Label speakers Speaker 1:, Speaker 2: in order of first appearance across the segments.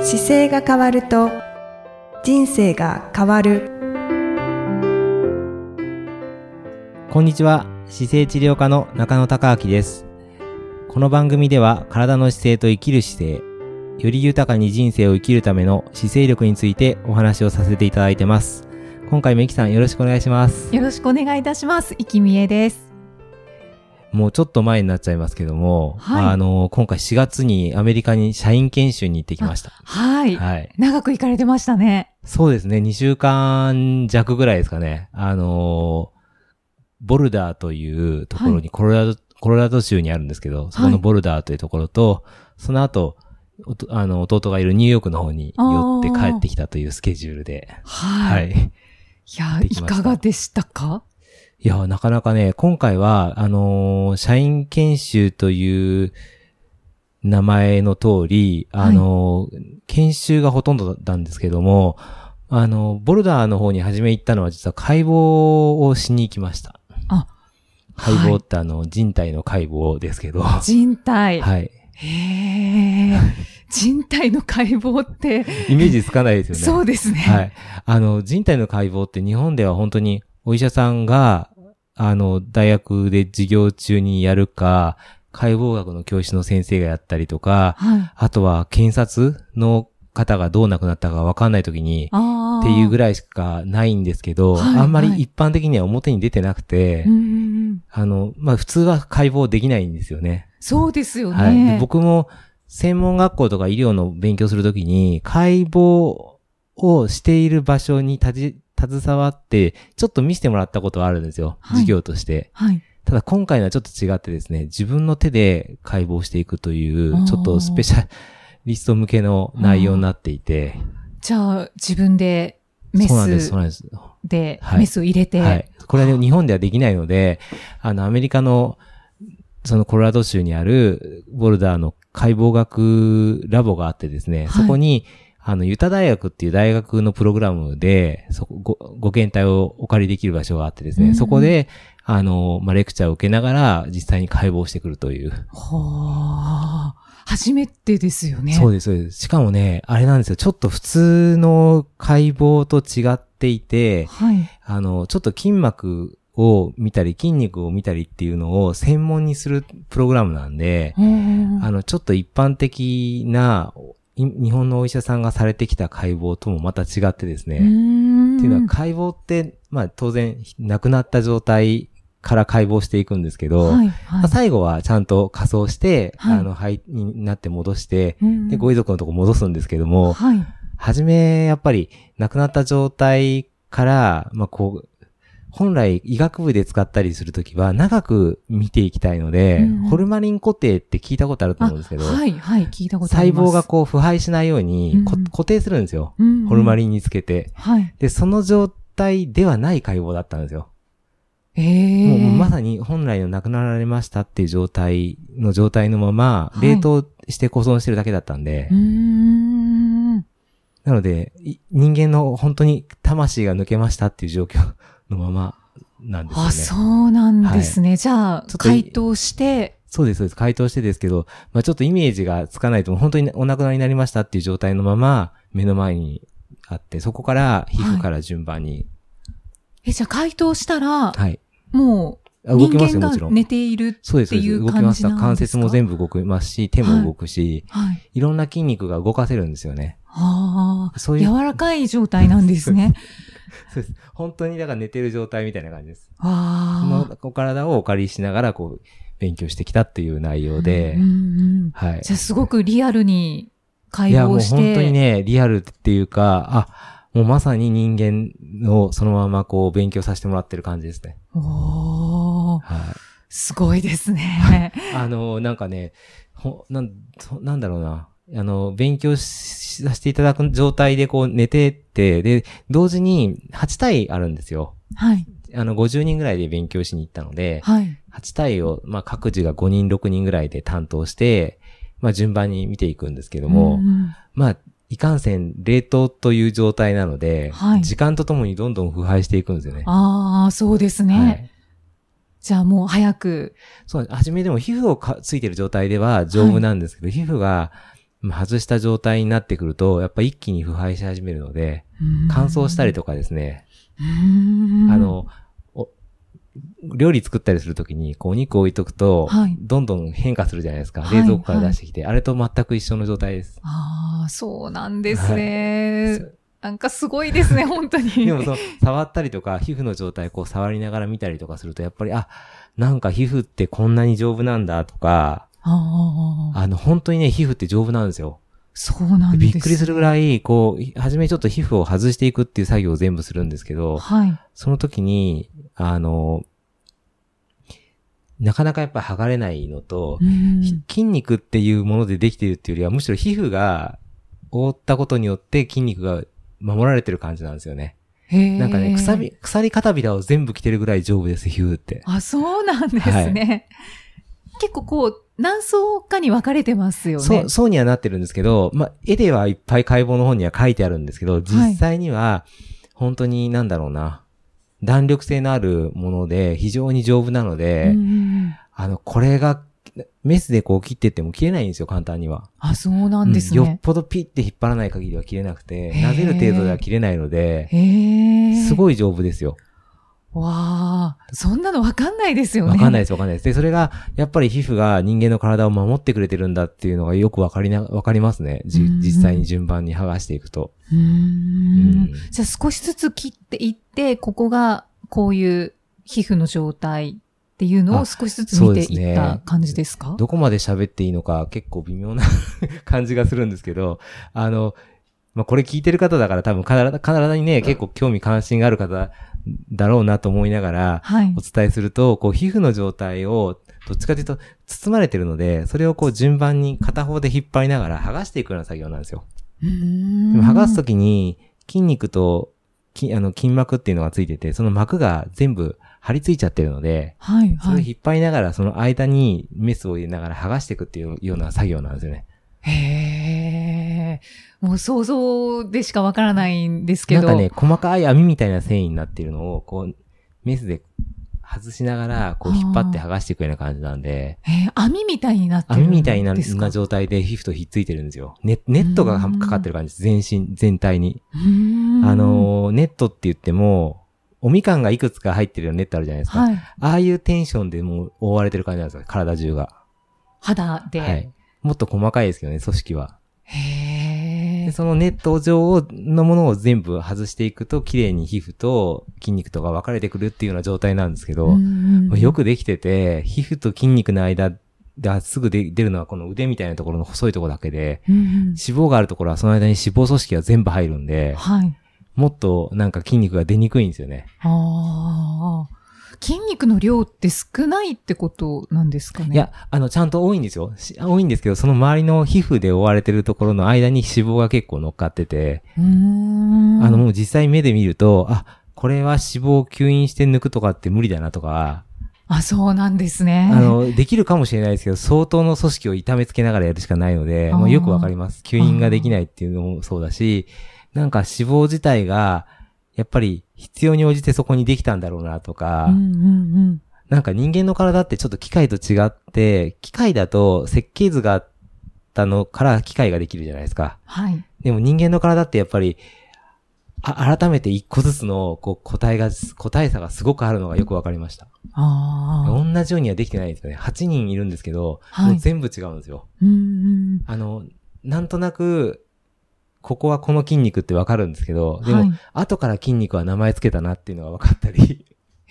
Speaker 1: 姿勢が変わると人生が変わる
Speaker 2: こんにちは。姿勢治療科の中野隆明です。この番組では体の姿勢と生きる姿勢、より豊かに人生を生きるための姿勢力についてお話をさせていただいてます。今回もイキさんよろしくお願いします。
Speaker 3: よろしくお願いいたします。生きみえです。
Speaker 2: もうちょっと前になっちゃいますけども、
Speaker 3: はい
Speaker 2: あの、今回4月にアメリカに社員研修に行ってきました。
Speaker 3: はい。
Speaker 2: はい。
Speaker 3: 長く行かれてましたね。
Speaker 2: そうですね、2週間弱ぐらいですかね。あのーボルダーというところ
Speaker 3: は
Speaker 2: に、コロラド、コロラド州にあるんですけど、そこ
Speaker 3: は
Speaker 2: の
Speaker 3: い
Speaker 2: ボルダーというところと、その後、おとあの、弟がいるニューヨークの方に寄って
Speaker 3: あー
Speaker 2: 帰ってきたというスケジュールで、
Speaker 3: は。
Speaker 2: はい
Speaker 3: い、
Speaker 2: い。い
Speaker 3: や、
Speaker 2: で
Speaker 3: い
Speaker 2: きました
Speaker 3: かがでしたか
Speaker 2: や、なかなかね、今回は、あのー社員研修という名前の通り、あのー研修がほとんどだったんですけども、あのーボルダーの方に初め行ったのは実は解剖をしに行きました。
Speaker 3: あ
Speaker 2: 解
Speaker 3: は
Speaker 2: 剖
Speaker 3: い
Speaker 2: ってあの、人体の解剖ですけど、は
Speaker 3: 人体。
Speaker 2: い。
Speaker 3: へえ。人体の解剖って、
Speaker 2: イメージつかないですよね。
Speaker 3: そうですね。
Speaker 2: はい。 あの、人体の解剖って日本では本当にお医者さんが、あの、大学で授業中にやるか、解剖学の教室の先生がやったりとか、
Speaker 3: はい。
Speaker 2: あとは検察の方がどう亡くなったかわかんない時に、
Speaker 3: ああ。
Speaker 2: っていうぐ
Speaker 3: ら
Speaker 2: らいしかないんですけど、
Speaker 3: はい
Speaker 2: あんまり
Speaker 3: はい
Speaker 2: 一般的には表に出てなくて、
Speaker 3: うんうんうん。
Speaker 2: あの、まあ、普通は解剖できないんですよね。
Speaker 3: そうですよね。
Speaker 2: はい。で僕も専門学校とか医療の勉強するときに、解剖をしている場所に立ち、携わって、ちょっと見せてもらったことはあるんですよ。
Speaker 3: はい
Speaker 2: 授業として。
Speaker 3: はい。
Speaker 2: ただ今回のはちょっと違ってですね、自分の手で解剖していくとい
Speaker 3: お
Speaker 2: う、
Speaker 3: ー
Speaker 2: ちょっとスペシャリスト向けの内容になっていて。
Speaker 3: じゃあ、自分で、メ
Speaker 2: そうなんです、
Speaker 3: ス
Speaker 2: そうなんです。
Speaker 3: で、
Speaker 2: はい
Speaker 3: メスを入れて、
Speaker 2: はい。これはね日本ではできないので、あの、アメリカの、そのコロラド州にあるボルダーの解剖学ラボがあってですね、
Speaker 3: はい
Speaker 2: そこに、あの、ユタ大学っていう大学のプログラムで、そこ、ご、ご検体をお借りできる場所があってですね、
Speaker 3: うんうん
Speaker 2: そこで、あの、まあ、レクチャーを受けながら、実際に解剖してくるという。
Speaker 3: ほー初めてですよね。
Speaker 2: そうです、そうです。しかもね、あれなんですよ、ちょっと普通の解剖と違っていて、
Speaker 3: はい。
Speaker 2: あの、ちょっと筋膜を見たり、筋肉を見たりっていうのを専門にするプログラムなんで、あ
Speaker 3: あ
Speaker 2: の、ちょっと一般的な、い日本のお医者さんがされてきた解剖ともまた違ってですね、っていうのは解剖って、まあ当然、亡くなった状態から解剖していくんですけど、
Speaker 3: はい
Speaker 2: まあ
Speaker 3: は
Speaker 2: 最後はちゃんと仮装して、
Speaker 3: はい
Speaker 2: あの、肺になって戻して、
Speaker 3: い。
Speaker 2: で、ご遺族のとこ戻すんですけども、
Speaker 3: はい。
Speaker 2: はじめ、やっぱり、亡くなった状態から、まあ、こう、本来医学部で使ったりするときは長く見ていきたいので、
Speaker 3: うんうん
Speaker 2: ホルマリン固定って聞いたことあると思うんですけど、
Speaker 3: はい、はい、聞いたことあ
Speaker 2: 細
Speaker 3: ります。
Speaker 2: 胞がこう腐敗しないようにこ
Speaker 3: うんうん
Speaker 2: 固定するんですよ。
Speaker 3: うんうん
Speaker 2: ホルマリンにつけて。
Speaker 3: はい。
Speaker 2: で、その状態ではない解剖だったんですよ。
Speaker 3: え
Speaker 2: もうもう
Speaker 3: え。
Speaker 2: まさに本来の亡くなられましたっていう状態の状態のまま、
Speaker 3: はい
Speaker 2: 冷凍して保存してるだけだったんで、
Speaker 3: うーん。
Speaker 2: なので、い人間の本当に魂が抜けましたっていう状況 のままなんですよね。
Speaker 3: あ、
Speaker 2: そう
Speaker 3: そうなんですね。じゃあ
Speaker 2: ちょっ、とい
Speaker 3: 回答して、
Speaker 2: です、そうです。回答してですけど、まあちょっとイメージがつかないと、本当にお亡くなりになりましたっていう状態のまま、目の前にあって、そこから皮膚から順番に、
Speaker 3: え、じゃあ回答したら、
Speaker 2: はい。
Speaker 3: も
Speaker 2: あ
Speaker 3: う、
Speaker 2: 動
Speaker 3: 人
Speaker 2: きます
Speaker 3: 間
Speaker 2: よ、もちろ
Speaker 3: が
Speaker 2: ん。
Speaker 3: 寝ている。
Speaker 2: そうです、そうで
Speaker 3: ってい
Speaker 2: す。
Speaker 3: う
Speaker 2: 動きました。
Speaker 3: 感じなん
Speaker 2: 関
Speaker 3: です
Speaker 2: 節
Speaker 3: か
Speaker 2: も全部動きますし、手も動くし、
Speaker 3: はい。
Speaker 2: い、ろんな筋肉が動かせるんですよね。
Speaker 3: ああ。
Speaker 2: そういう、
Speaker 3: 柔らかい状態なんですね。
Speaker 2: そうです。本当にだから寝てる状態みたいな感じです。そ
Speaker 3: ああ。
Speaker 2: のお体をお借りしながら、こう、勉強してきたっていう内容で、
Speaker 3: うんうん
Speaker 2: はい。
Speaker 3: じゃあ、すごくリアルに解
Speaker 2: いや、も
Speaker 3: 剖
Speaker 2: う
Speaker 3: して。
Speaker 2: 本当にね、リアルっていうか、あ、もうまさに人間をそのままこう、勉強させてもらってる感じですね。
Speaker 3: おー。
Speaker 2: はい。
Speaker 3: すごいですね。
Speaker 2: あの、なんかね、ほなん、そなんだろうな。あの、勉強しさせていただく状態でこう寝てって、で、同時に8体あるんですよ。
Speaker 3: はい。
Speaker 2: あの、50人ぐらいで勉強しに行ったので、
Speaker 3: はい。
Speaker 2: 8体を、まあ、各自が5人、6人ぐらいで担当して、まあ、順番に見ていくんですけども、
Speaker 3: うんうん
Speaker 2: まあ、いかんせん冷凍という状態なので、
Speaker 3: はい
Speaker 2: 時間とともにどんどん腐敗していくんですよね。
Speaker 3: ああ、そうですね。
Speaker 2: はい、
Speaker 3: じゃあもう早く。
Speaker 2: そう、初めでも皮膚をかついてる状態では丈夫なんですけど、皮膚が、まあ外した状態になってくると、やっぱ一気に腐敗し始めるので、
Speaker 3: うん
Speaker 2: 乾燥したりとかですね、
Speaker 3: うん
Speaker 2: あの、お料理作ったりするときに、こう、お肉置いとくと、
Speaker 3: はい
Speaker 2: どんどん変化するじゃないですか。
Speaker 3: はい
Speaker 2: 冷蔵庫から出してきて、あれと全く一緒の状態 です。
Speaker 3: ああ、そうなんですね。 なんかすごいです ね、本当に。
Speaker 2: でもその、触ったりとか、皮膚の状態こう触りながら見たりとかすると、やっぱり、あ、なんか皮膚ってこんなに丈夫なんだとか、
Speaker 3: ああ、
Speaker 2: あの、本当にね、皮膚って丈夫なんですよ。
Speaker 3: そうなん
Speaker 2: で
Speaker 3: です、
Speaker 2: びっくりするぐらい、こう、はじめちょっと皮膚を外していくっていう作業を全部するんですけど、
Speaker 3: はい。
Speaker 2: その時に、あの、なかなかやっぱ剥がれないのと、
Speaker 3: うん
Speaker 2: ひ筋肉っていうものでできているっていうよりは、むしろ皮膚が覆ったことによって筋肉が守られてる感じなんですよね。なんかね、くさ。
Speaker 3: へ
Speaker 2: び、
Speaker 3: ー
Speaker 2: 鎖片びらを全部着てるぐらい丈夫です、皮膚って。
Speaker 3: あ、そうなんですね。結構こう、何層かに分かれてますよね。
Speaker 2: そう、そうにはなってるんですけど、まあ、絵ではいっぱい解剖の方には書いてあるんですけど、実際には、本当になんだろうな、弾力性のあるもので、非常に丈夫なので、
Speaker 3: うん
Speaker 2: あの、これが、メスでこう切ってっても切れないんですよ、簡単には。
Speaker 3: あ、そうなんです
Speaker 2: うんよっ
Speaker 3: ね。
Speaker 2: ぽどピッて引っ張らない限りは切れなくて
Speaker 3: へ、ー
Speaker 2: なぜる程度では切れないので、
Speaker 3: へえ。
Speaker 2: す
Speaker 3: い。
Speaker 2: ごい丈夫ですよ。
Speaker 3: わあ、そんなの分かんないですよね。
Speaker 2: わかんない
Speaker 3: い。
Speaker 2: です、わかんないです。で、それが、やっぱり皮膚が人間の体を守ってくれてるんだっていうのがよくわかりな、わかりますね。じ
Speaker 3: うん
Speaker 2: 実際に順番に剥がしていくと。
Speaker 3: うーん
Speaker 2: うん
Speaker 3: じゃあ少しずつ切っていって、ここがこういう皮膚の状態っていうのを
Speaker 2: あ
Speaker 3: 少しずつ見て
Speaker 2: そうです
Speaker 3: いっ
Speaker 2: ね
Speaker 3: た感じですか
Speaker 2: どこまで喋っていいのか結構微妙な 感じがするんですけど、あの、まあ、これ聞いてる方だから多分体、体にね、結構興味関心がある方だろうなと思いながら、
Speaker 3: はい
Speaker 2: お。伝えすると、こう、皮膚の状態を、どっちかというと、包まれてるので、それをこう、順番に片方で引っ張りながら剥がしていくような作業なんですよ。
Speaker 3: うーん
Speaker 2: でも剥がすときに、筋肉と、筋あの、筋膜っていうのがついてて、その膜が全部張り付いちゃってるので、
Speaker 3: はい、
Speaker 2: それ
Speaker 3: は
Speaker 2: を
Speaker 3: い。
Speaker 2: 引っ張りながら、その間にメスを入れながら剥がしていくっていうような作業なんですよね。
Speaker 3: へえ。もう想像でしかわからないんですけ
Speaker 2: なん
Speaker 3: ど。
Speaker 2: かね、細かい網みたいな繊維になっているのを、こう、メスで外しながら、こう、引っ張って剥がしていくような感じなんで、
Speaker 3: へー網みたいになってるんです
Speaker 2: 網
Speaker 3: か
Speaker 2: みたいなな状態で皮膚とひっついてるんですよ。ネネットがか
Speaker 3: うん
Speaker 2: かかってる感じです。全身、全体に。
Speaker 3: うーん
Speaker 2: あのー、ネットって言っても、おみかんがいくつか入ってるようなネットあるじゃないですか。
Speaker 3: はい。
Speaker 2: ああいうテンションでもう覆われてる感じなんですよ。体中が。
Speaker 3: 肌で。
Speaker 2: はい。もっと細かいですけどね、組織は。
Speaker 3: へ
Speaker 2: で
Speaker 3: え。
Speaker 2: そのネット上をのものを全部外していくと、綺麗に皮膚と筋肉とか分かれてくるっていうような状態なんですけど、
Speaker 3: うん
Speaker 2: よくできてて、皮膚と筋肉の間ですぐで出るのはこの腕みたいなところの細いところだけで、
Speaker 3: うんうん
Speaker 2: 脂肪があるところはその間に脂肪組織が全部入るんで、
Speaker 3: はい。
Speaker 2: もっとなんか筋肉が出にくいんですよね。
Speaker 3: ああ。筋肉の量って少ないってことなんですかね。
Speaker 2: いや、あの、ちゃんと多いんですよ。し多いんですけど、その周りの皮膚で覆われてるところの間に脂肪が結構乗っかってて、
Speaker 3: うーん。
Speaker 2: あの、もう実際目で見ると、あ、これは脂肪を吸引して抜くとかって無理だなとか、
Speaker 3: あ、そうなんですね。
Speaker 2: あの、できるかもしれないですけど、相当の組織を痛めつけながらやるしかないので、
Speaker 3: あー
Speaker 2: もうよくわかります。吸引ができないっていうのもそうだし、なんか脂肪自体が、やっぱり必要に応じてそこにできたんだろうなとか、
Speaker 3: うんうんうん。
Speaker 2: なんか人間の体ってちょっと機械と違って、機械だと設計図があったのから機械ができるじゃないですか。
Speaker 3: はい。
Speaker 2: でも人間の体ってやっぱり、あ改めて一個ずつのこう個体が、個体差がすごくあるのがよくわかりました。
Speaker 3: ああ。
Speaker 2: 同じようにはできてないんですよね。8人いるんですけど、
Speaker 3: はい
Speaker 2: もう全部違うんですよ。
Speaker 3: うんうん。
Speaker 2: あの、なんとなく、ここはこの筋肉ってわかるんですけど、でも、
Speaker 3: はい
Speaker 2: 後から筋肉は名前つけたなっていうのが分かったり、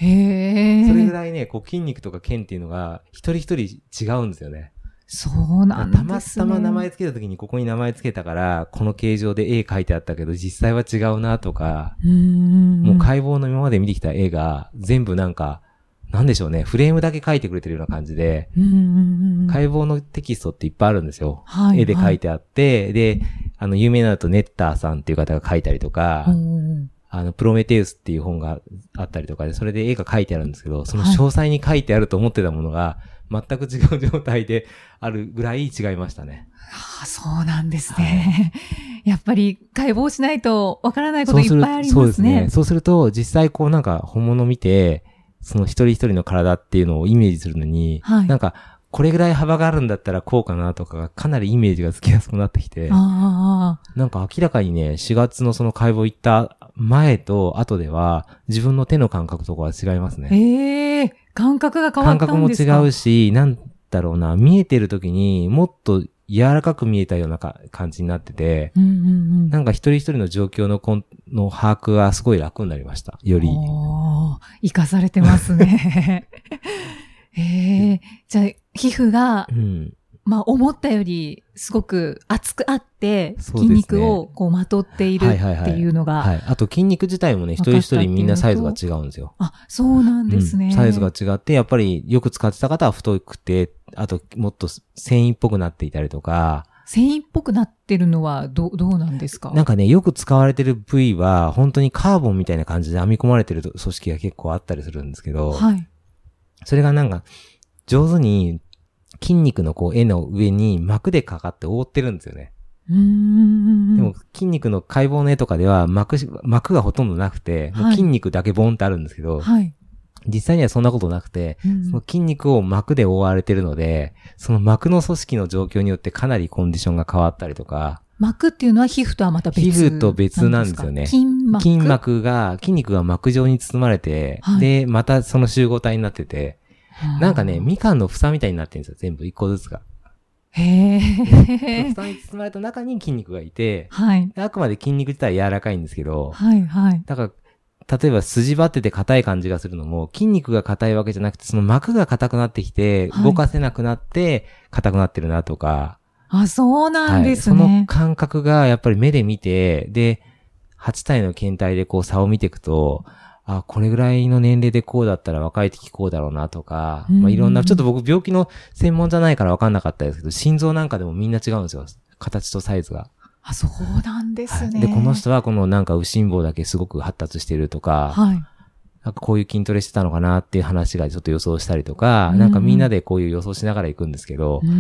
Speaker 3: へえ。
Speaker 2: それぐらいね、こう筋肉とか腱っていうのが一人一人違うんですよね。
Speaker 3: そうなんです
Speaker 2: た
Speaker 3: ね。
Speaker 2: またま名前つけた時にここに名前つけたから、この形状で絵描いてあったけど、実際は違うなとか、
Speaker 3: うんうん。
Speaker 2: もう解剖の今まで見てきた絵が全部なんか、なんでしょうね、フレームだけ描いてくれてるような感じで、
Speaker 3: うんうんうん。
Speaker 2: 解剖のテキストっていっぱいあるんですよ。
Speaker 3: はい
Speaker 2: 絵で描いてあって、で、あの、有名なのだとネッターさんっていう方が描いたりとか、
Speaker 3: うん
Speaker 2: あの、プロメテウスっていう本があったりとかで、それで絵が描いてあるんですけど、その詳細に書いてあると思ってたものが、全く違う状態であるぐらい違いましたね。
Speaker 3: ああ、そうなんですね。 やっぱり解剖しないとわからないこといっぱいあり
Speaker 2: そう
Speaker 3: ま
Speaker 2: ですすね。
Speaker 3: ね。
Speaker 2: そうすると、実際こうなんか本物見て、その一人一人の体っていうのをイメージするのに、
Speaker 3: はい
Speaker 2: なんか、これぐらい幅があるんだったらこうかなとかがかなりイメージがつきやすくなってきて、
Speaker 3: ああ、
Speaker 2: なんか明らかにね、4月のその解剖行った前と後では、自分の手の感覚とかは違いますね。
Speaker 3: ええ感覚が変わ
Speaker 2: 感
Speaker 3: った
Speaker 2: 覚
Speaker 3: ん
Speaker 2: も
Speaker 3: です
Speaker 2: 違
Speaker 3: か
Speaker 2: うし、なんだろうな、見えてる時にもっと柔らかく見えたようなか感じになってて、
Speaker 3: うんうんうん。
Speaker 2: なんか一人一人の状況のこんの把握がすごい楽になりました。より。
Speaker 3: おー生かされてます ね。ええじゃあ、皮膚が
Speaker 2: う、ん。
Speaker 3: まあ、思ったより、すごく厚くあっ
Speaker 2: そ
Speaker 3: て、
Speaker 2: うです
Speaker 3: 筋
Speaker 2: ね
Speaker 3: 肉をこう、まとっている
Speaker 2: はいはいはい
Speaker 3: っていうのが、
Speaker 2: はい。あと筋肉自体もね、一人一人みんなサイズが違うんですよ。
Speaker 3: あ、そうなんです
Speaker 2: う
Speaker 3: ね。
Speaker 2: んサイズが違って、やっぱりよく使ってた方は太くて、あともっと繊維っぽくなっていたりとか、
Speaker 3: 繊維っぽくなってるのは、どう、どうなんですか
Speaker 2: なんかね、よく使われてる部位は、本当にカーボンみたいな感じで編み込まれてる組織が結構あったりするんですけど、
Speaker 3: はい。
Speaker 2: それがなんか、上手に筋肉のこう絵の上に膜でかかって覆ってるんですよね。
Speaker 3: うーん。
Speaker 2: でも筋肉の解剖の絵とかでは膜し、膜がほとんどなくて、もう
Speaker 3: はい
Speaker 2: 筋肉だけボンってあるんですけど、
Speaker 3: はい。
Speaker 2: 実際にはそんなことなくて、
Speaker 3: うん
Speaker 2: その筋肉を膜で覆われてるので、その膜の組織の状況によってかなりコンディションが変わったりとか、
Speaker 3: 膜っていうのは皮膚とはまた別
Speaker 2: 皮膚と別なんですよね
Speaker 3: 筋膜。
Speaker 2: 筋膜が、筋肉が膜状に包まれて、
Speaker 3: はい
Speaker 2: で、またその集合体になってて、なんかね、みかんの房みたいになってるんですよ、全部、一個ずつが。
Speaker 3: へ
Speaker 2: その
Speaker 3: え。
Speaker 2: 房に包まれた中に筋肉がいて、
Speaker 3: はい。
Speaker 2: であくまで筋肉自体は柔らかいんですけど、
Speaker 3: はい、はい。
Speaker 2: だから、例えば筋張ってて硬い感じがするのも、筋肉が硬いわけじゃなくて、その膜が硬くなってきて、
Speaker 3: はい
Speaker 2: 動かせなくなって、硬くなってるなとか、
Speaker 3: あ、そうなんです
Speaker 2: その
Speaker 3: ね。
Speaker 2: 感覚がやっぱり目で見て、で、8体の検体でこう差を見ていくと、あ、これぐらいの年齢でこうだったら若い時こうだろうなとか、
Speaker 3: うんうんう
Speaker 2: まあ、
Speaker 3: ん
Speaker 2: いろんな、ちょっと僕病気の専門じゃないから分かんなかったですけど、心臓なんかでもみんな違うんですよ。形とサイズが。
Speaker 3: あ、そうなんです
Speaker 2: は
Speaker 3: ね。
Speaker 2: いで、この人はこのなんか右心房だけすごく発達してるとか、
Speaker 3: はい。
Speaker 2: なんかこういう筋トレしてたのかなっていう話がちょっと予想したりとか、
Speaker 3: うんうん
Speaker 2: なんかみんなでこういう予想しながら行くんですけど、
Speaker 3: な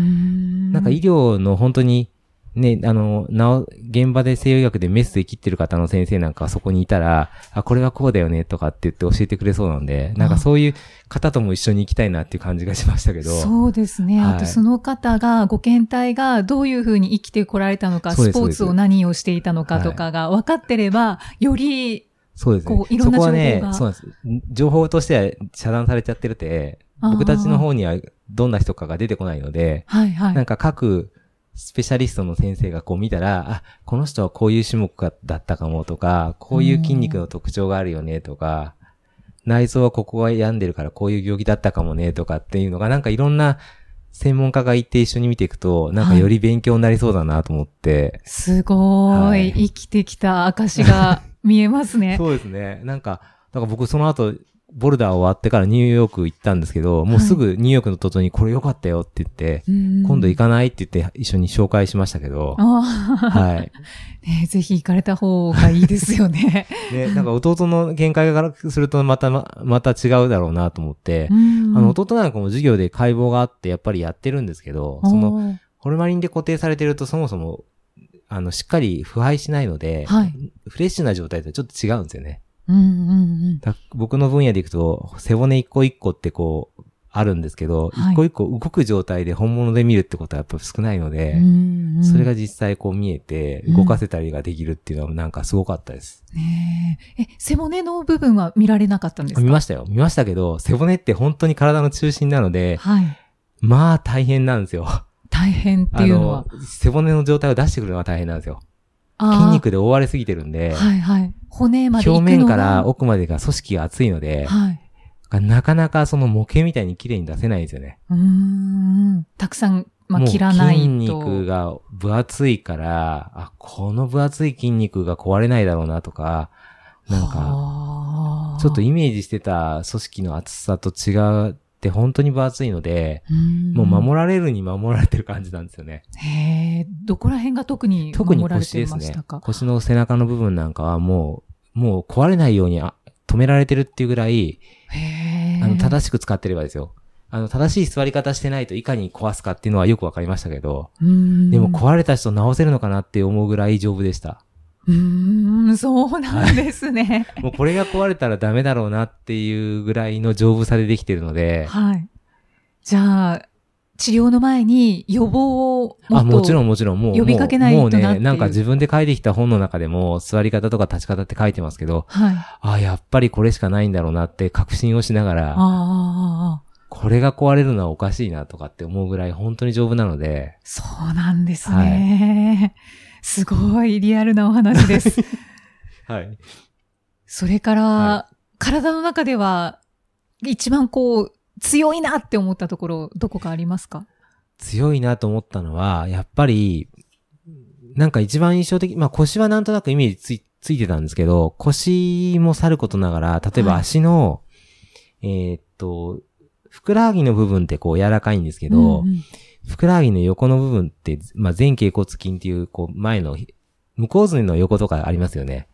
Speaker 2: なんか医療の本当に、ね、あの、なお、現場で西洋医学でメスで切ってる方の先生なんかそこにいたら、あ、これはこうだよねとかって言って教えてくれそうなんで、なんかそういう方とも一緒に行きたいなっていう感じがしましたけど。
Speaker 3: そうですね。
Speaker 2: はい
Speaker 3: あと、その方が、ご検体がどういうふうに生きてこられたのか、
Speaker 2: そう
Speaker 3: ス
Speaker 2: です
Speaker 3: ポーツ
Speaker 2: そうで
Speaker 3: を
Speaker 2: す
Speaker 3: 何をしていたのかとかが分かってれば、より、
Speaker 2: そうですね。
Speaker 3: こういろんな
Speaker 2: そこはね
Speaker 3: 情報、が
Speaker 2: そうなんです。情報としては遮断されちゃってるて、
Speaker 3: あー
Speaker 2: 僕たちの方にはどんな人かが出てこないので、
Speaker 3: はいはい。
Speaker 2: なんか各スペシャリストの先生がこう見たら、あ、この人はこういう種目だったかもとか、こういう筋肉の特徴があるよねとか、内臓はここが病んでるからこういう病気だったかもねとかっていうのが、なんかいろんな専門家がいて一緒に見ていくと、なんかより勉強になりそうだなと思って。
Speaker 3: すごーい,、
Speaker 2: はい
Speaker 3: 生きてきた 証が見えますね。
Speaker 2: そうですね。なんか、だから僕その後、ボルダー終わってからニューヨーク行ったんですけど、もうすぐニューヨークの途中にこれ良かったよって言って、今
Speaker 3: 今
Speaker 2: 度行
Speaker 3: か
Speaker 2: かないって言って一緒に紹介しましたけど、
Speaker 3: あ
Speaker 2: はい。
Speaker 3: あ、ね、ぜひ行かれた方がいいですよ ね。
Speaker 2: ね、なんか弟の限界からするとまたま、また違うだろうなと思って、
Speaker 3: うん
Speaker 2: あの、弟なんかも授業で解剖があってやっぱりやってるんですけど、その、
Speaker 3: の、
Speaker 2: ホルマリンで固定されてるとそもそも、あの、しっかり腐敗しないので、
Speaker 3: はい。
Speaker 2: フレッシュな状態とはちょっと違うんですよね。
Speaker 3: うんうんうん。
Speaker 2: だ僕の分野でいくと、背骨一個一個ってこう、あるんですけど、一、
Speaker 3: はい
Speaker 2: 個一個動く状態で本物で見るってことはやっぱ少ないので、
Speaker 3: うんうん
Speaker 2: それが実際こう見えて、動かせたりができるっていうのはなんかすごかったです。
Speaker 3: ねええ、背骨の部分は見られなかったんですか
Speaker 2: 見ましたよ。見ましたけど、背骨って本当に体の中心なので、
Speaker 3: はい。
Speaker 2: まあ大変なんですよ。あ
Speaker 3: 大変っていうのは
Speaker 2: の。、背骨の状態を出してくるのは大変なんですよ。
Speaker 3: あ
Speaker 2: 筋肉で覆われすぎてるんで、
Speaker 3: はいはい。骨まで行く
Speaker 2: 表
Speaker 3: の
Speaker 2: 面
Speaker 3: が
Speaker 2: から奥までが組織が厚いので、
Speaker 3: はい。
Speaker 2: なかなかその模型みたいに綺麗に出せないんですよね。
Speaker 3: うーん。たくさん、まあ、
Speaker 2: もう
Speaker 3: 切らないと。
Speaker 2: 筋肉が分厚いから、あ、この分厚い筋肉が壊れないだろうなとか、なんか、
Speaker 3: か
Speaker 2: ちょっと、イメージしてた組織の厚さと違って本当に分厚いので、もう守られるに守られてる感じなんですよね。
Speaker 3: らへえ、どこら辺が特に
Speaker 2: 特に
Speaker 3: 守られ
Speaker 2: 腰
Speaker 3: て
Speaker 2: です
Speaker 3: まし
Speaker 2: ね
Speaker 3: たか。
Speaker 2: 腰の背中の部分なんかはもう、もう壊れないようにあ止められてるっていうぐらい、
Speaker 3: へえ。
Speaker 2: あの、正しく使ってればですよ。あの、正しい座り方してないといかに壊すかっていうのはよくわかりましたけど、
Speaker 3: うーん
Speaker 2: でも壊れた人直せるのかなって思うぐらい丈夫でした。
Speaker 3: うーん、そうなんですね。
Speaker 2: もうこれが壊れたらダメだろうなっていうぐらいの丈夫さでできてるので、
Speaker 3: はい。じゃあ、治療の前に予防をも
Speaker 2: あ、
Speaker 3: っと
Speaker 2: もちろんもちろん、もう、
Speaker 3: 呼びかけない
Speaker 2: もう
Speaker 3: と
Speaker 2: も
Speaker 3: なっ
Speaker 2: う
Speaker 3: て
Speaker 2: ね、
Speaker 3: いう
Speaker 2: なんか自分で書いてきた本の中でも、座り方とか立ち方って書いてますけど、
Speaker 3: はい。
Speaker 2: あ、やっぱりこれしかないんだろうなって確信をしなが
Speaker 3: あ
Speaker 2: ら、
Speaker 3: あ、
Speaker 2: これが壊れるのはおかしいなとかって思うぐらい本当に丈夫なので、
Speaker 3: そうなんですね。すごいリアルなお話です。
Speaker 2: はい。
Speaker 3: それから、
Speaker 2: は
Speaker 3: 体の中では、一番こう、強いなって思ったところ、どこかありますか
Speaker 2: 強いなと思ったのは、やっぱり、なんか一番印象的、まあ腰はなんとなくイメージついついてたんですけど、腰もさることながら、例えば
Speaker 3: はい
Speaker 2: 足の、えーっと、ふくらはぎの部分ってこう柔らかいんですけど、
Speaker 3: うんうん
Speaker 2: ふくらはぎの横の部分って、まあ、前傾骨筋っていう、こう、前のひ、向こうずねの横とかありますよね。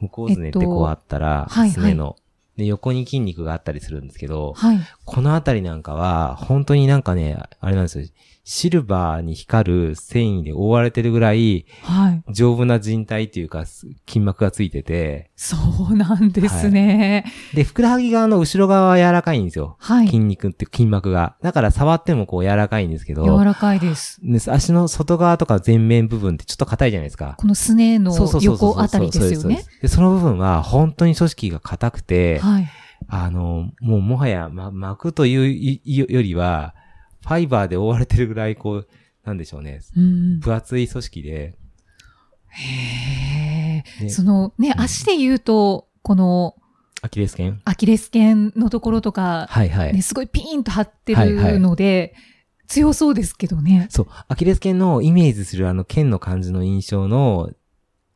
Speaker 2: 向こうずねって
Speaker 3: えっと
Speaker 2: こうあったら、
Speaker 3: はいはい
Speaker 2: すねの。で、横に筋肉があったりするんですけど、
Speaker 3: はい。
Speaker 2: このあたりなんかは、本当になんかね、あれなんですよ。シルバーに光る繊維で覆われてるぐらい、
Speaker 3: はい。
Speaker 2: 丈夫な人体っていうか、す筋膜がついてて、
Speaker 3: そうなんですね。
Speaker 2: で、ふくらはぎ側の後ろ側は柔らかいんですよ。
Speaker 3: はい。
Speaker 2: 筋肉って筋膜が。だから触ってもこう柔らかいんですけど、
Speaker 3: 柔らかいです。
Speaker 2: ね足の外側とか前面部分ってちょっと硬いじゃないですか。
Speaker 3: このすねの
Speaker 2: そうそうそうそう
Speaker 3: 横あたりですよ
Speaker 2: そう
Speaker 3: ね
Speaker 2: す。そうすでその部分は本当に組織が硬くて、
Speaker 3: はい。
Speaker 2: あの、もうもはや、ま、膜といういいよりは、ファイバーで覆われてるぐらい、こう、なんでしょうね。
Speaker 3: うん。
Speaker 2: 分厚い組織で、
Speaker 3: へえ。
Speaker 2: ね
Speaker 3: そのね、
Speaker 2: うん
Speaker 3: 足で言うと、この
Speaker 2: アキレス腱
Speaker 3: アキレス腱のところとか、
Speaker 2: はいはい。
Speaker 3: ね、すごいピーンと張って
Speaker 2: はいは
Speaker 3: る
Speaker 2: い
Speaker 3: ので、強そうですけどね。
Speaker 2: そう、アキレス腱のイメージするあの腱の感じの印象の、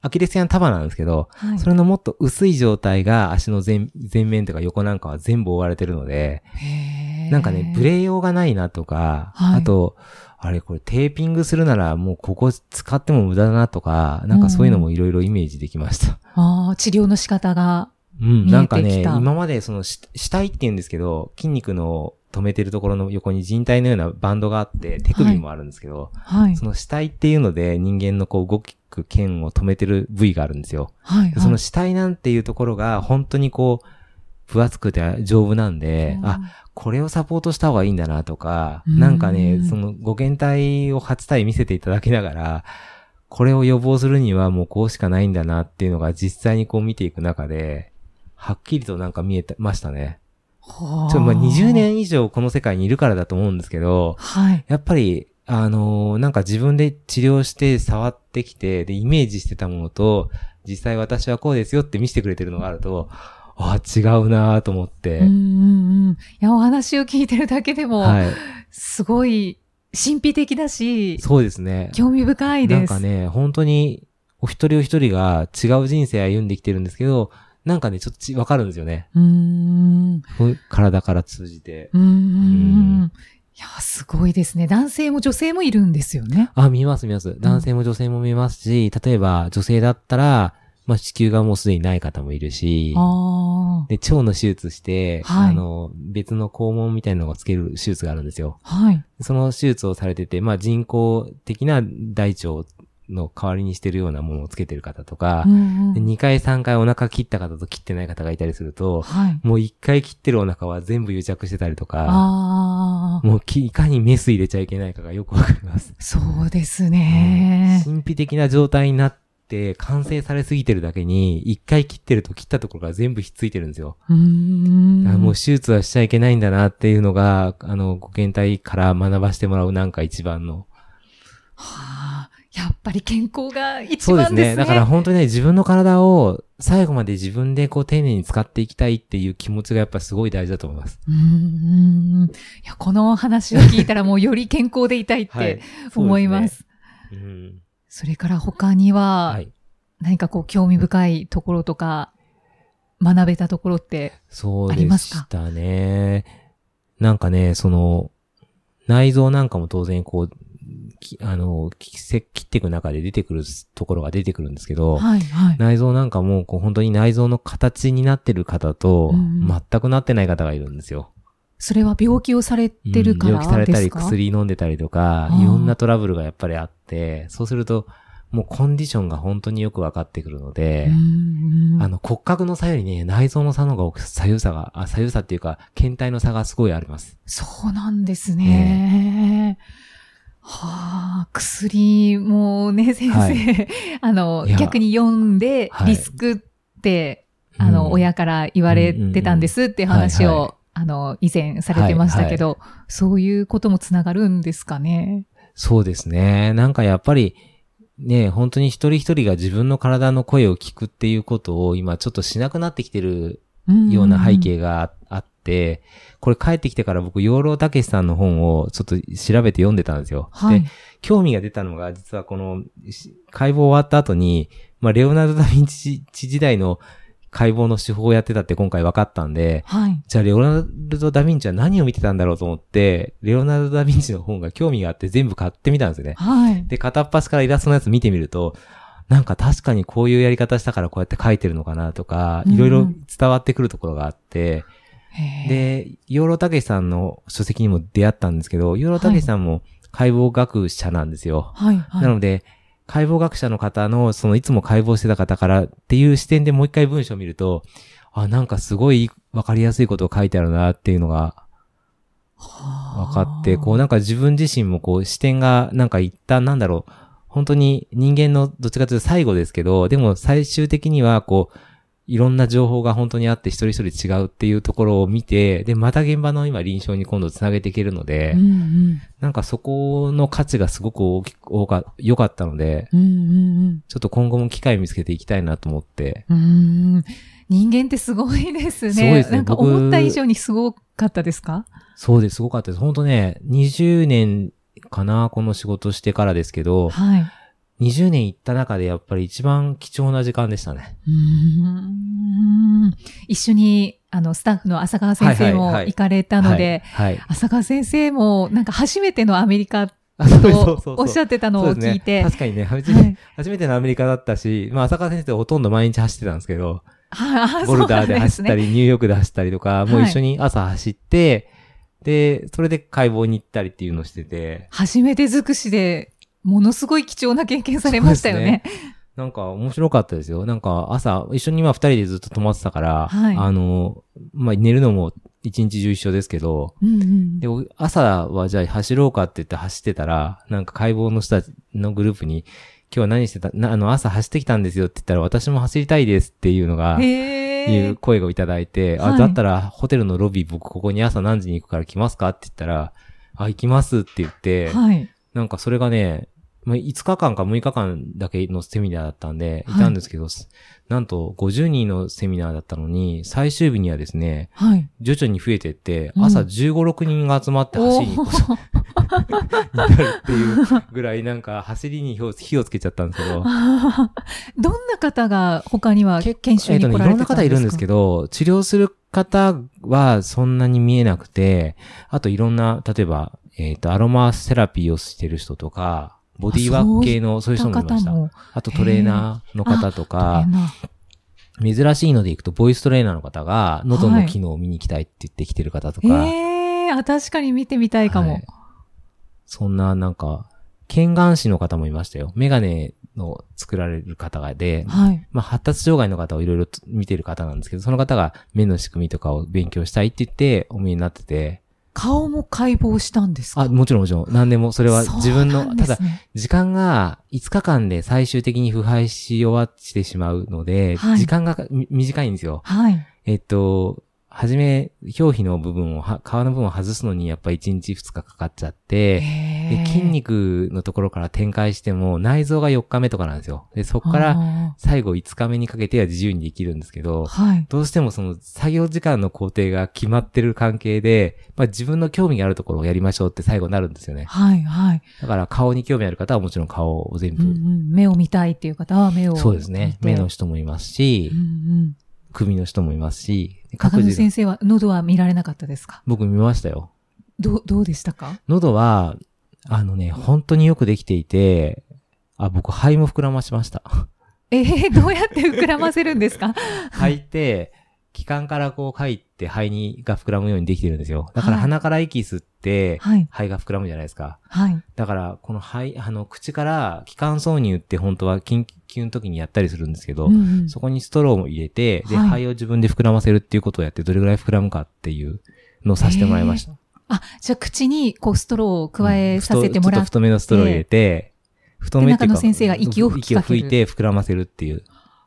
Speaker 2: アキレス腱の束なんですけど、
Speaker 3: はい
Speaker 2: それのもっと薄い状態が足の前前面とか横なんかは全部覆われてるので、
Speaker 3: へえ
Speaker 2: なんかね、ブレようがないなとか、
Speaker 3: は
Speaker 2: あ
Speaker 3: い
Speaker 2: と、あれこれテーピングするならもうここ使っても無駄だなとか、なんかそういうのもいろいろイメージできました。
Speaker 3: ああ、治療の仕方が。
Speaker 2: うん、
Speaker 3: 見えてきた
Speaker 2: なんかね、今までそのし死体って言うんですけど、筋肉の止めてるところの横に人体のようなバンドがあって、手首もあるんですけど、
Speaker 3: はい
Speaker 2: そ。の死体っていうので人間のこう動く剣を止めてる部位があるんですよ。
Speaker 3: はい。
Speaker 2: その
Speaker 3: はい
Speaker 2: 死体なんていうところが本当にこう、分厚くて丈夫なんで、あ、、これをサポートした方がいいんだなとか、
Speaker 3: うん
Speaker 2: なんかね、そのご検体を8体見せていただきながら、これを予防するにはもうこうしかないんだなっていうのが実際にこう見ていく中で、はっきりとなんか見えてましたね。
Speaker 3: はあ
Speaker 2: ちょまあ20。年以上この世界にいるからだと思うんですけど、
Speaker 3: はい。
Speaker 2: やっぱり、あのーなんか自分で治療して触ってきて、で、イメージしてたものと、実際私はこうですよって見せてくれてるのがあると、ああ、違うなぁと思って、
Speaker 3: うんうんうん。いや、お話を聞いてるだけでも、
Speaker 2: はい。
Speaker 3: すごい神秘的だし、
Speaker 2: そうですね。
Speaker 3: 興味深いです。
Speaker 2: なんかね、本当に、お一人お一人が違う人生歩んできてるんですけど、なんかね、ちょっとちわかるんですよね。
Speaker 3: うーん。
Speaker 2: ふ体から通じて。
Speaker 3: うんうんうん
Speaker 2: う
Speaker 3: いや、すごいですね。男性も女性もいるんですよね。
Speaker 2: あ、見えます見えます。男性も女性も見えますし、例えば女性だったら、まあ、子宮がもうすでにない方もいるし、
Speaker 3: あ
Speaker 2: で、腸の手術して、
Speaker 3: はい
Speaker 2: あの、別の肛門みたいなのがつける手術があるんですよ。
Speaker 3: あ。はい。
Speaker 2: その手術をされてて、まあ、人工的な大腸の代わりにしてるようなものをつけてる方とか、
Speaker 3: うんう
Speaker 2: で
Speaker 3: ん
Speaker 2: 2回3回お腹切った方と切ってない方がいたりすると、
Speaker 3: はい。
Speaker 2: もう一回切ってるお腹は全部癒着してたりとか、
Speaker 3: ああ。
Speaker 2: もうきいかにメス入れちゃいけないかがよくわかります。
Speaker 3: そうですね。
Speaker 2: 神秘的な状態になって、完成されすぎてるだけに、一回切ってると切ったところが全部ひっついてるんですよ。
Speaker 3: うーん。
Speaker 2: だからもう手術はしちゃいけないんだなっていうのが、あの、ご検体から学ばせてもらうなんか一番の。
Speaker 3: はあ、やっぱり健康が一
Speaker 2: そうで
Speaker 3: 番です
Speaker 2: すね。
Speaker 3: ね。
Speaker 2: だから本当にね、自分の体を最後まで自分でこう丁寧に使っていきたいっていう気持ちがやっぱすごい大事だと思います。
Speaker 3: うんうんうんいやこのお話を聞いたらもうより健康でいたいっ
Speaker 2: はい
Speaker 3: て思います。そ。
Speaker 2: そうですねうん
Speaker 3: れから他には
Speaker 2: はい。
Speaker 3: 何かこう興味深いところとか学べたところって、
Speaker 2: そう
Speaker 3: あ
Speaker 2: で
Speaker 3: りますか
Speaker 2: したね。なんかね、その、内臓なんかも当然こう、きあの、きせ切っていく中で出てくるところが出てくるんですけど、
Speaker 3: はいはい。
Speaker 2: 内臓なんかもこう本当に内臓の形になってる方と、
Speaker 3: うん
Speaker 2: 全くなってない方がいるんですよ。
Speaker 3: それは病気をされてるか
Speaker 2: うん病気さ
Speaker 3: ら
Speaker 2: れ
Speaker 3: で
Speaker 2: た
Speaker 3: す
Speaker 2: り
Speaker 3: か、
Speaker 2: 薬飲んでたりとか
Speaker 3: あ、ー
Speaker 2: いろんなトラブルがやっぱりあって、そうすると、もうコンディションが本当によくわかってくるので、
Speaker 3: うんうん
Speaker 2: あの骨格の差よりね、内臓の差の方が大き左右差が、あ左右差っていうか、検体の差がすごいあります。
Speaker 3: そうなんですね。はあ、薬もね、先生、
Speaker 2: は
Speaker 3: あの
Speaker 2: いや、
Speaker 3: 逆に読んで、
Speaker 2: はい
Speaker 3: リスクって、あ
Speaker 2: う
Speaker 3: の、
Speaker 2: ん
Speaker 3: 親から言われてたんですっていう
Speaker 2: は
Speaker 3: 話
Speaker 2: いはい
Speaker 3: を、あの、以前されてましたけど、そういうこともつながるんですかね。
Speaker 2: そうですね。なんかやっぱり、ね、本当に一人一人が自分の体の声を聞くっていうことを今ちょっとしなくなってきてるような背景があって、これ帰ってきてから僕、養老武さんの本をちょっと調べて読んでたんですよ。
Speaker 3: はい
Speaker 2: で、興味が出たのが、実はこの、し解剖終わった後に、まあ、レオナルド・ダ・ヴィンチ時代の解剖の手法をやってたって今回分かったんで、
Speaker 3: はい。
Speaker 2: じゃあ、レオナルド・ダ・ヴィンチは何を見てたんだろうと思って、レオナルド・ダ・ヴィンチの本が興味があって全部買ってみたんですよね。
Speaker 3: はい。
Speaker 2: で、片っ端からイラストのやつ見てみると、なんか確かにこういうやり方したからこうやって書いてるのかなとか、
Speaker 3: うん
Speaker 2: いろいろ伝わってくるところがあって、
Speaker 3: へえ、
Speaker 2: で、養老武さんの書籍にも出会ったんですけど、養老武さんも解剖学者なんですよ。
Speaker 3: はい、はい。
Speaker 2: なので、解剖学者の方の、そのいつも解剖してた方からっていう視点でもう一回文章を見ると、あ、なんかすごいわかりやすいことを書いてあるなっていうのが分
Speaker 3: 分
Speaker 2: かって、こうなんか自分自身もこう視点がなんか一旦なんだろう、本当に人間のどっちかというと最後ですけど、でも最終的にはこう、いろんな情報が本当にあって一人一人違うっていうところを見て、で、また現場の今臨床に今度つなげていけるので、
Speaker 3: うんうん。
Speaker 2: なんかそこの価値がすごく大きく、多か、良かったので、
Speaker 3: うんうんうん。
Speaker 2: ちょっと今後も機会見つけていきたいなと思って。
Speaker 3: うーん人間ってすごいですね。
Speaker 2: すごいですね
Speaker 3: なんか
Speaker 2: 僕
Speaker 3: 思った以上にすごかったですか
Speaker 2: そうです、すごかったです。本当ね、20年かな、この仕事してからですけど、
Speaker 3: はい。う
Speaker 2: 20年行った中でやっぱり一番貴重な時間でしたね。
Speaker 3: ーん一緒に、あの、スタッフの浅川先生
Speaker 2: はい
Speaker 3: も
Speaker 2: はいはい
Speaker 3: 行かれたので、
Speaker 2: はい。はい
Speaker 3: 浅川先生も、なんか初めてのアメリカ
Speaker 2: あ そう
Speaker 3: とおっし
Speaker 2: っ
Speaker 3: ゃってた
Speaker 2: た
Speaker 3: のを聞いて、
Speaker 2: 確かにね、 初
Speaker 3: は
Speaker 2: め
Speaker 3: い
Speaker 2: 初めてのアメリカだったし、まあ、浅川先生ほとんど毎日走ってたんですけど、
Speaker 3: はいあ
Speaker 2: ボルダー
Speaker 3: そう
Speaker 2: で
Speaker 3: な
Speaker 2: 走っ
Speaker 3: ん
Speaker 2: た
Speaker 3: すね
Speaker 2: り、ニューヨークで走ったりとか、もう一緒に朝走って、で、それで解剖に行ったりっていうのをしてて、
Speaker 3: 初めて尽くしで、ものすごい貴重な経験されましたよね。
Speaker 2: なんか面白かったですよ。なんか朝、一緒に今二人でずっと泊まってたから、
Speaker 3: はい
Speaker 2: あの、まあ、寝るのも一日中一緒ですけど、
Speaker 3: うんうん
Speaker 2: で、お朝はじゃあ走ろうかって言って走ってたら、なんか解剖の人たちのグループに、今日は何してた、なあの、朝走ってきたんですよって言ったら、私も走りたいですっていうのが、い
Speaker 3: へ
Speaker 2: う
Speaker 3: ー
Speaker 2: 声をいただいて、
Speaker 3: は
Speaker 2: あ、
Speaker 3: い
Speaker 2: だったらホテルのロビー僕ここに朝何時に行くから来ますかって言ったら、あ、行きますって言って、
Speaker 3: はい。
Speaker 2: なんかそれがね、まあ、5日間か6日間だけのセミナーだったんで、い
Speaker 3: はい
Speaker 2: たんですけど、なんと50人のセミナーだったのに、最終日にはですね、
Speaker 3: はい。
Speaker 2: 徐々に増えてって、
Speaker 3: うん
Speaker 2: 朝15、6人が集まって走りに行くこと
Speaker 3: ー
Speaker 2: になるっていう ぐらいなんか走りに火を火をつけちゃったんですけど。
Speaker 3: あー どんな方が他には研修
Speaker 2: えっ
Speaker 3: に
Speaker 2: と
Speaker 3: 来
Speaker 2: ね、い
Speaker 3: られ
Speaker 2: ろん
Speaker 3: てたんで
Speaker 2: な
Speaker 3: すか、
Speaker 2: 方いるんですけど、治療する方はそんなに見えなくて、あといろんな、例えば、えっ、と、アロマセラピーをしてる人とか、ボディーワーク系のそういう人もいました。
Speaker 3: 方も
Speaker 2: あとトレーナーの方と
Speaker 3: 大
Speaker 2: か
Speaker 3: 変、な
Speaker 2: 珍しいのでいくと、ボイストレーナーの方が、喉の機能を見に行きたいって言ってきてる方とか、
Speaker 3: ええあ、確かに見てみたいかも。
Speaker 2: はいそんななんか、剣眼師の方もいましたよ。メガネの作られる方がで、
Speaker 3: はい。
Speaker 2: まあ、発達障害の方をいろいろと見てる方なんですけど、その方が目の仕組みとかを勉強したいって言ってお見えになってて、
Speaker 3: 顔も解剖したんですか
Speaker 2: あ、もちろんもちろん、何でもそれは自分
Speaker 3: そうな
Speaker 2: の、
Speaker 3: んで
Speaker 2: た
Speaker 3: す
Speaker 2: だ、
Speaker 3: ね
Speaker 2: 時間が5日間で最終的に腐敗し終わってしまうので、
Speaker 3: はい
Speaker 2: 時間がみ短いんですよ。
Speaker 3: はい。
Speaker 2: えっと、はじめ、表皮の部分をは、皮の部分を外すのにやっぱ1日2日かかっちゃって、
Speaker 3: え
Speaker 2: で筋肉のところから展開しても内臓が4日目とかなんですよ。で、そこから
Speaker 3: ら、
Speaker 2: 最後5日目にかけては自由にできるんですけど、
Speaker 3: はい。
Speaker 2: どうしてもその作業時間の工程が決まってる関係で、まあ自分の興味があるところをやりましょうって最後になるんですよね。
Speaker 3: はい、はい。
Speaker 2: だから顔に興味ある方はもちろん顔を全
Speaker 3: う
Speaker 2: 部、
Speaker 3: んうん、目を見たいっていう方は目を見て。
Speaker 2: そうですね。目の人もいますし
Speaker 3: うん、うん。
Speaker 2: 首の人もいますし、各
Speaker 3: 高野
Speaker 2: 自が
Speaker 3: 先生は、喉は見られなかったですか
Speaker 2: 僕見ましたよ。
Speaker 3: どう、どうでしたか
Speaker 2: 喉は、あのね、本当によくできていて、あ、僕肺も膨らましま した。
Speaker 3: ええどうやって膨らませるん ですか
Speaker 2: 吐いて、気管からこう吐いて肺にが膨らむようにできてるんですよ。だから
Speaker 3: はい
Speaker 2: 鼻から息吸って、
Speaker 3: はい。
Speaker 2: 肺が膨らむじゃないですか。
Speaker 3: はい。
Speaker 2: だから、この肺、あの、口から気管挿入って本当は緊急の時にやったりするんですけど、
Speaker 3: うんうん
Speaker 2: そこにストローも入れて、で、
Speaker 3: はい
Speaker 2: 肺を自分で膨らませるっていうことをやって、どれぐらい膨らむかっていうのをさせてもらいました。
Speaker 3: あ、じゃあ口にこうストローを加えさせてもら
Speaker 2: うん
Speaker 3: っ
Speaker 2: ふとちょっと太めのストローを入れて、太めってい
Speaker 3: で中
Speaker 2: うか
Speaker 3: 野先生が息を吹きかける
Speaker 2: 息を吹いて膨らませるっていう。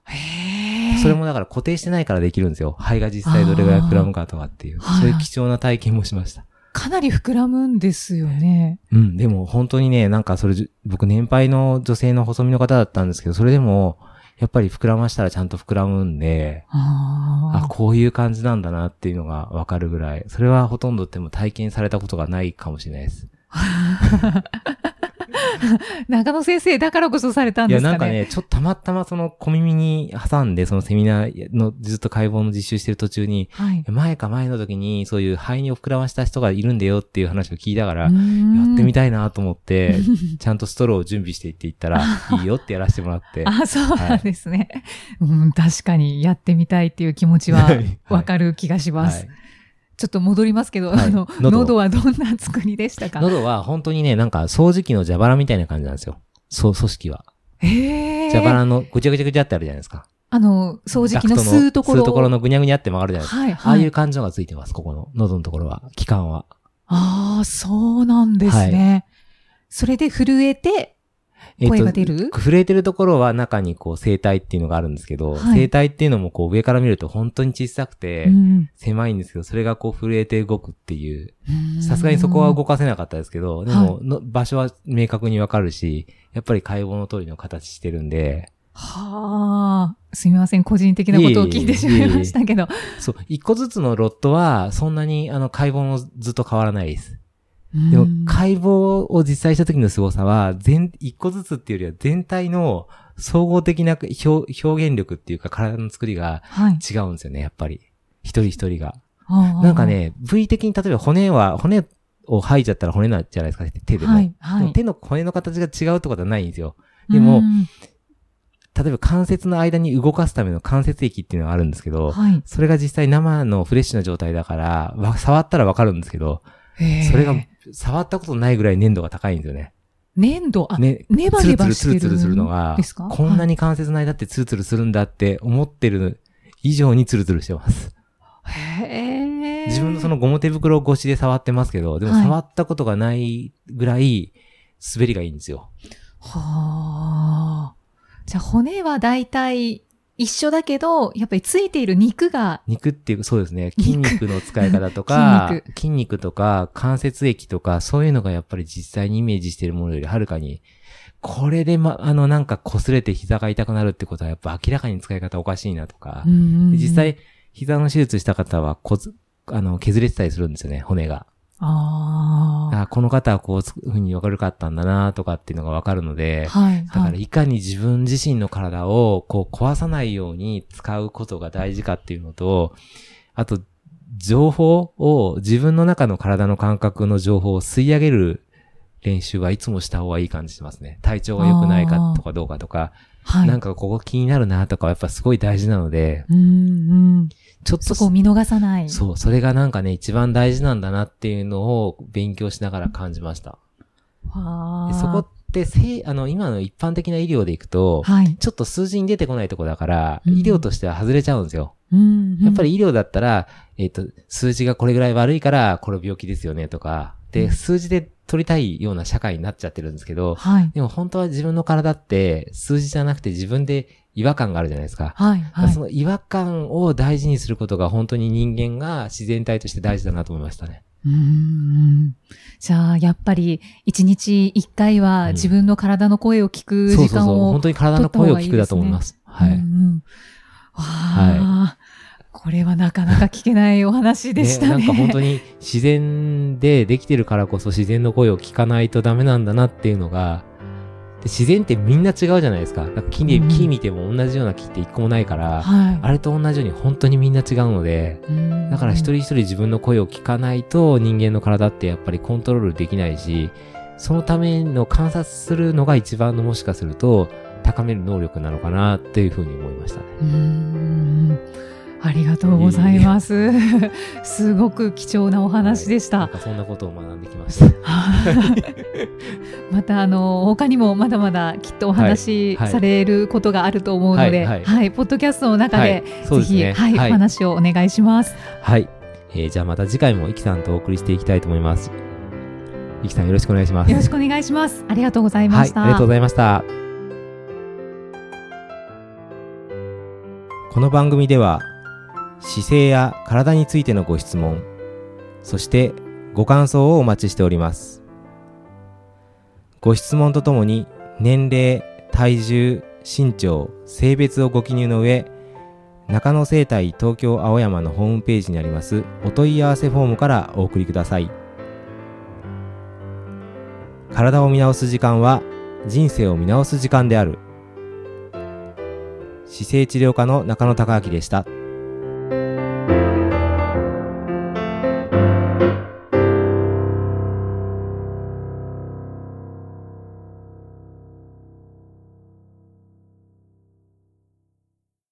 Speaker 3: へー
Speaker 2: それもだから固定してないからできるんですよ。肺が実際どれぐらい膨らむかとかっていう。
Speaker 3: あー
Speaker 2: そういう貴重な体験もしました。
Speaker 3: かなり膨らむんですよね。
Speaker 2: うん、でも本当にね、なんかそれじゅ、僕年配の女性の細身の方だったんですけど、それでも、やっぱり膨らましたらちゃんと膨らむんで、あ、
Speaker 3: ああ。
Speaker 2: こういう感じなんだなっていうのがわかるぐらい、それはほとんどでも体験されたことがないかもしれないです。
Speaker 3: 中野先生だからこそされたん
Speaker 2: い
Speaker 3: で
Speaker 2: や、
Speaker 3: すかね。
Speaker 2: なんかね、ちょっとたまたまその小耳に挟んで、そのセミナーのずっと解剖の実習してる途中に、
Speaker 3: はい。
Speaker 2: 前か前の時にそういう肺に膨らました人がいるんだよっていう話を聞いたから、
Speaker 3: う
Speaker 2: や
Speaker 3: ーん
Speaker 2: ってみたいなと思って、 ちゃんとストローを準備していって言ったら、いいよってやらせてもらって。
Speaker 3: あ、そうなんですね。うん、確かにやってみたいっていう気持ちは
Speaker 2: はいはい
Speaker 3: わかる気がします。
Speaker 2: はい
Speaker 3: ちょっと戻りますけど、
Speaker 2: はい
Speaker 3: あの、
Speaker 2: 喉
Speaker 3: 喉はどんな作りでしたか
Speaker 2: 喉は本当にね、なんか掃除機の蛇腹みたいな感じなんですよ。そう、組織は。
Speaker 3: へえ。
Speaker 2: 蛇腹のぐちゃぐちゃぐちゃってあるじゃないですか。
Speaker 3: あの、掃除機の
Speaker 2: ダクト
Speaker 3: 吸うところ。
Speaker 2: 吸うところのぐにゃぐにゃって曲がるじゃないですか。ああ
Speaker 3: はい、はい。
Speaker 2: いう感じのがついてます、ここの。喉のところは。気管は。
Speaker 3: ああ、そうなんですね。それで震えて、
Speaker 2: えっと
Speaker 3: 声が出る
Speaker 2: 震えてるところは中にこう声帯っていうのがあるんですけど、
Speaker 3: はい
Speaker 2: 声帯っていうのもこう上から見ると本当に小さくて、
Speaker 3: うん
Speaker 2: 狭いんですけど、それがこう震えて動くっていう。さすがにそこは動かせなかったですけど、でも、の場所は明確にわかるし、やっぱり解剖の通りの形してるんで、
Speaker 3: はあ、すみません。個人的なことを聞いてしまいましたけど。
Speaker 2: そう、一個ずつのロットはそんなにあの解剖のずっと変わらないです。で
Speaker 3: う
Speaker 2: も
Speaker 3: ん
Speaker 2: 解剖を実際した時の凄さは、全、一個ずつっていうよりは全体の総合的な表表現力っていうか体の作りが
Speaker 3: はい。
Speaker 2: 違うんですよね、やっぱり。一人一人が。
Speaker 3: あー
Speaker 2: なんか、ね、部位的に例えば骨は、骨を剥いちゃったら骨なんじゃないですか、手でも。
Speaker 3: はい、は
Speaker 2: で
Speaker 3: い
Speaker 2: も。手の骨の形が違うってことはないんですよ。でも
Speaker 3: うん、
Speaker 2: 例えば関節の間に動かすための関節液っていうのがあるんですけど、
Speaker 3: はい。
Speaker 2: それが実際生のフレッシュな状態だから、わ触ったらわかるんですけど、
Speaker 3: へー
Speaker 2: それが触ったことないぐらい粘度が高いんですよね。
Speaker 3: 粘土、あ、
Speaker 2: ね、
Speaker 3: ネバ
Speaker 2: ツ
Speaker 3: ネ
Speaker 2: ルツ
Speaker 3: バ
Speaker 2: ル
Speaker 3: して
Speaker 2: ツ
Speaker 3: る
Speaker 2: ルツルするのが
Speaker 3: ですか、
Speaker 2: こんなに関節内だってツルツルするんだって思ってる以上にツルツルしてます。
Speaker 3: へえ。
Speaker 2: 自分のそのゴム手袋越しで触ってますけど、でも
Speaker 3: はい
Speaker 2: 触ったことがないぐらい滑りがいいんですよ。
Speaker 3: はあ。じゃあ骨は大体一緒だけど、やっぱりついている肉が、
Speaker 2: 肉っていう、そうですね。
Speaker 3: 肉
Speaker 2: 筋肉の使い方とか、
Speaker 3: 筋
Speaker 2: 筋肉とか、関節液とか、そういうのがやっぱり実際にイメージしてるものよりはるかに、これでま、あの、なんか擦れて膝が痛くなるってことは、やっぱ明らかに使い方おかしいなとか、で実
Speaker 3: 実、
Speaker 2: 際、膝の手術した方は、こず、あの、削れてたりするんですよね、骨が。
Speaker 3: あ
Speaker 2: あこの方はこうつふうに分かるかったんだなとかっていうのが分かるの
Speaker 3: あ。
Speaker 2: で、
Speaker 3: はい。
Speaker 2: だから
Speaker 3: はい
Speaker 2: いかに自分自身の体をこう壊さないように使うことが大事かっていうのと、あと、情報を、自分の中の体の感覚の情報を吸い上げる練習はいつもした方がいい感じしますね。体調が良くないかとかどうかとか、
Speaker 3: はい。
Speaker 2: なんかここ気になるなとかはやっぱすごい大事なので、
Speaker 3: うんうん。
Speaker 2: ちょっと
Speaker 3: そこを見逃さない。
Speaker 2: そう、それがなんかね、一番大事なんだなっていうのを勉強しながら感じました。
Speaker 3: は
Speaker 2: で
Speaker 3: あ。
Speaker 2: そこって、せい、あの、今の一般的な医療でいくと、
Speaker 3: はい。
Speaker 2: ちょっと数字に出てこないとこだから、
Speaker 3: うん
Speaker 2: 医療としては外れちゃうんですよ。
Speaker 3: うんうん
Speaker 2: やっぱり医療だったら、えっ、と、数字がこれぐらい悪いから、これ病気ですよねとか、
Speaker 3: うん
Speaker 2: で、数字で取りたいような社会になっちゃってるんですけど、
Speaker 3: はい。
Speaker 2: でも本当は自分の体って、数字じゃなくて自分で違和感があるじゃないですか。
Speaker 3: はい。はい
Speaker 2: そ。の違和感を大事にすることが本当に人間が自然体として大事だなと思いましたね。
Speaker 3: うんうんじゃあ、やっぱり、一日一回は
Speaker 2: うん
Speaker 3: 自分の体の声を聞く
Speaker 2: そう
Speaker 3: 時
Speaker 2: そう
Speaker 3: 間
Speaker 2: そう。
Speaker 3: を
Speaker 2: 本当に体の声を聞くだと思います。はい。
Speaker 3: うんうんわあ、これはなかなか聞けないお話でしたね。
Speaker 2: なんか本当に自然でできてるからこそ自然の声を聞かないとダメなんだなっていうのが、で自然ってみんな違うじゃないですか。なんか木に、
Speaker 3: うん
Speaker 2: 木見ても同じような木って一個もないから、
Speaker 3: はい。
Speaker 2: あれと同じように本当にみんな違うので、だから一人
Speaker 3: 人
Speaker 2: 一人自分の声を聞かないと人間の体ってやっぱりコントロールできないし、そのための観察するのが一番のもしかすると高める能力なのかなっていうふうに思いましたね。
Speaker 3: ありがとうございます。 すごく貴重なお話でし
Speaker 2: な
Speaker 3: た
Speaker 2: ん。かそんなことを学んできました。
Speaker 3: またあの他にもまだまだきっとお話し
Speaker 2: はいはい
Speaker 3: されることがあると思うので、
Speaker 2: は
Speaker 3: はい
Speaker 2: はい
Speaker 3: い、ポッドキャストの中
Speaker 2: はい
Speaker 3: で、、
Speaker 2: そう
Speaker 3: ぜ
Speaker 2: です
Speaker 3: ひ、
Speaker 2: ね。
Speaker 3: はい、お話をお願いします。
Speaker 2: はい。えーじゃあまた次回もイキさんとお送りしていきたいと思います。イキさんよろしくお願いします。
Speaker 3: よろしくお願いします。ありがとうございました。
Speaker 2: はい、ありがとうございました。この番組では、姿勢や体についてのご質問、そしてご感想をお待ちしております。ご質問とともに、年齢、体重、身長、性別をご記入の上、中野生態東京青山のホームページにありますお問い合わせフォームからお送りください。体を見直す時間は人生を見直す時間である姿勢治療科の中野孝明でした